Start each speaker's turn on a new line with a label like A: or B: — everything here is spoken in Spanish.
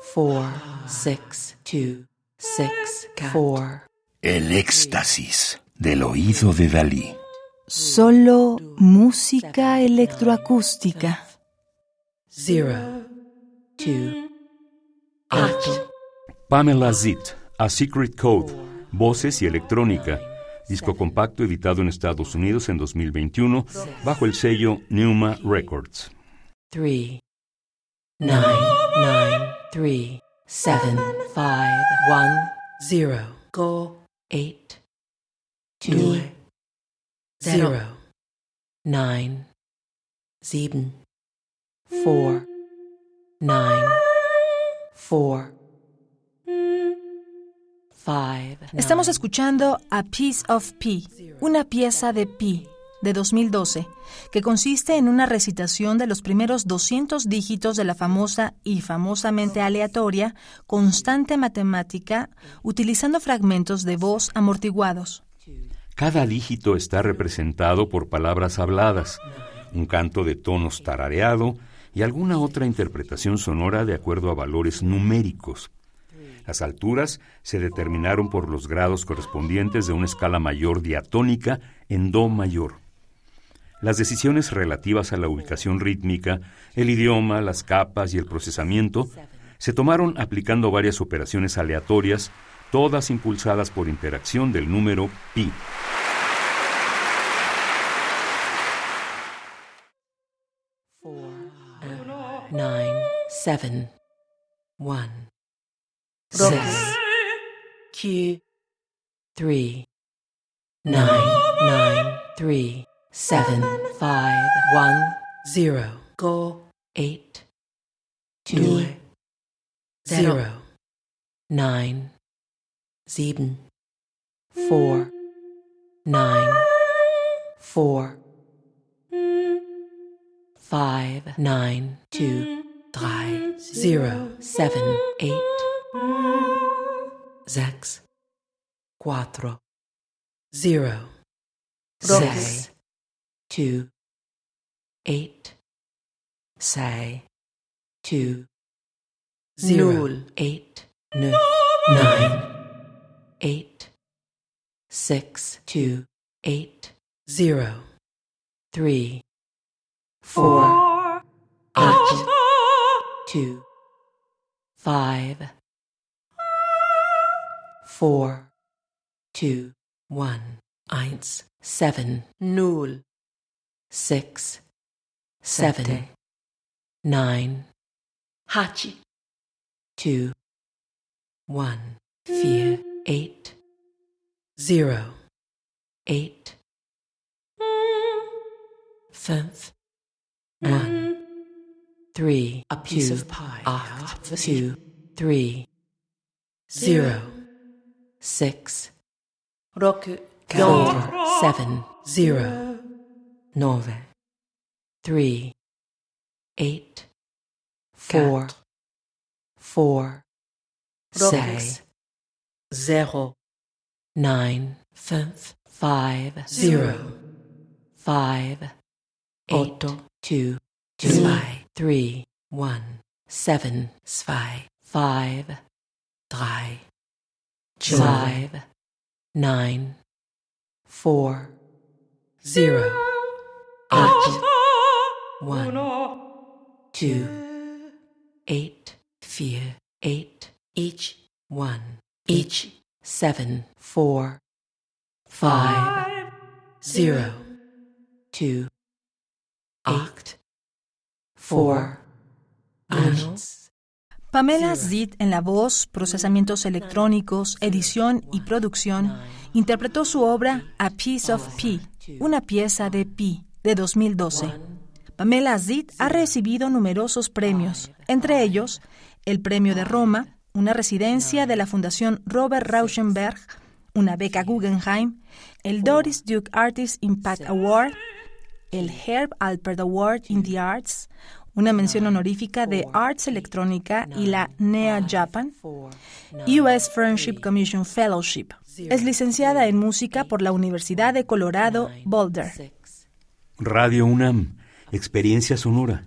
A: four, six, two, six, four.
B: El éxtasis del oído de Dalí.
C: Solo música electroacústica.
A: Zero, two, eight,
D: Pamela Zit, A Secret Code, Voces y Electrónica, disco compacto editado en Estados Unidos en 2021 bajo el sello Neuma Records.
A: three, nine, nine, three, seven, five, one, zero. Go eight, two, zero, nine, sieben, four, nine, four, five.
E: Estamos
A: nine,
E: escuchando A Piece of P, una pieza de Pi, de 2012, que consiste en una recitación de los primeros 200 dígitos de la famosa y famosamente aleatoria constante matemática utilizando fragmentos de voz amortiguados.
D: Cada dígito está representado por palabras habladas, un canto de tonos tarareado y alguna otra interpretación sonora de acuerdo a valores numéricos. Las alturas se determinaron por los grados correspondientes de una escala mayor diatónica en Do mayor. Las decisiones relativas a la ubicación rítmica, el idioma, las capas y el procesamiento se tomaron aplicando varias operaciones aleatorias, todas impulsadas por interacción del número pi.
A: four, uh, nine, seven, one, six, Q, three, nine, nine, three, seven, five, one, zero, go, eight, two, zero, nine, sieben, four, nine, four, five nine two three zero seven eight sechs quattro zero six two eight sei two zero eight neuf nine eight six two eight zero three four, eight, two, five, four, two, one, eins, seven, null, six, seven, nine, hachi, two, one, vier, eight, zero, eight, fünf, one, three, a piece of pie, Ah, acht, two, three, zero, six, rock, four, seven, zero, nove, three, eight, four, four, six, zero, nine, fünf, five, zero, five, eight, two, zwei, three, one, seven, zwei, five, drei, five, nine, four, zero, eight, one, two, eight, vier, eight, each, one, each, seven, four, five, zero, two, eight, four, eins,
E: Pamela Zid en la voz, procesamientos electrónicos, edición y producción interpretó su obra A Piece of Pi, una pieza de Pi, de 2012. Pamela Zid ha recibido numerosos premios, entre ellos el Premio de Roma, una residencia de la Fundación Robert Rauschenberg, una beca Guggenheim, el Doris Duke Artist Impact Award, el Herb Alpert Award in the Arts, una mención honorífica de Arts Electrónica y la NEA Japan, US Friendship Commission Fellowship. Es licenciada en música por la Universidad de Colorado Boulder.
A: six,
D: Radio UNAM, experiencia sonora.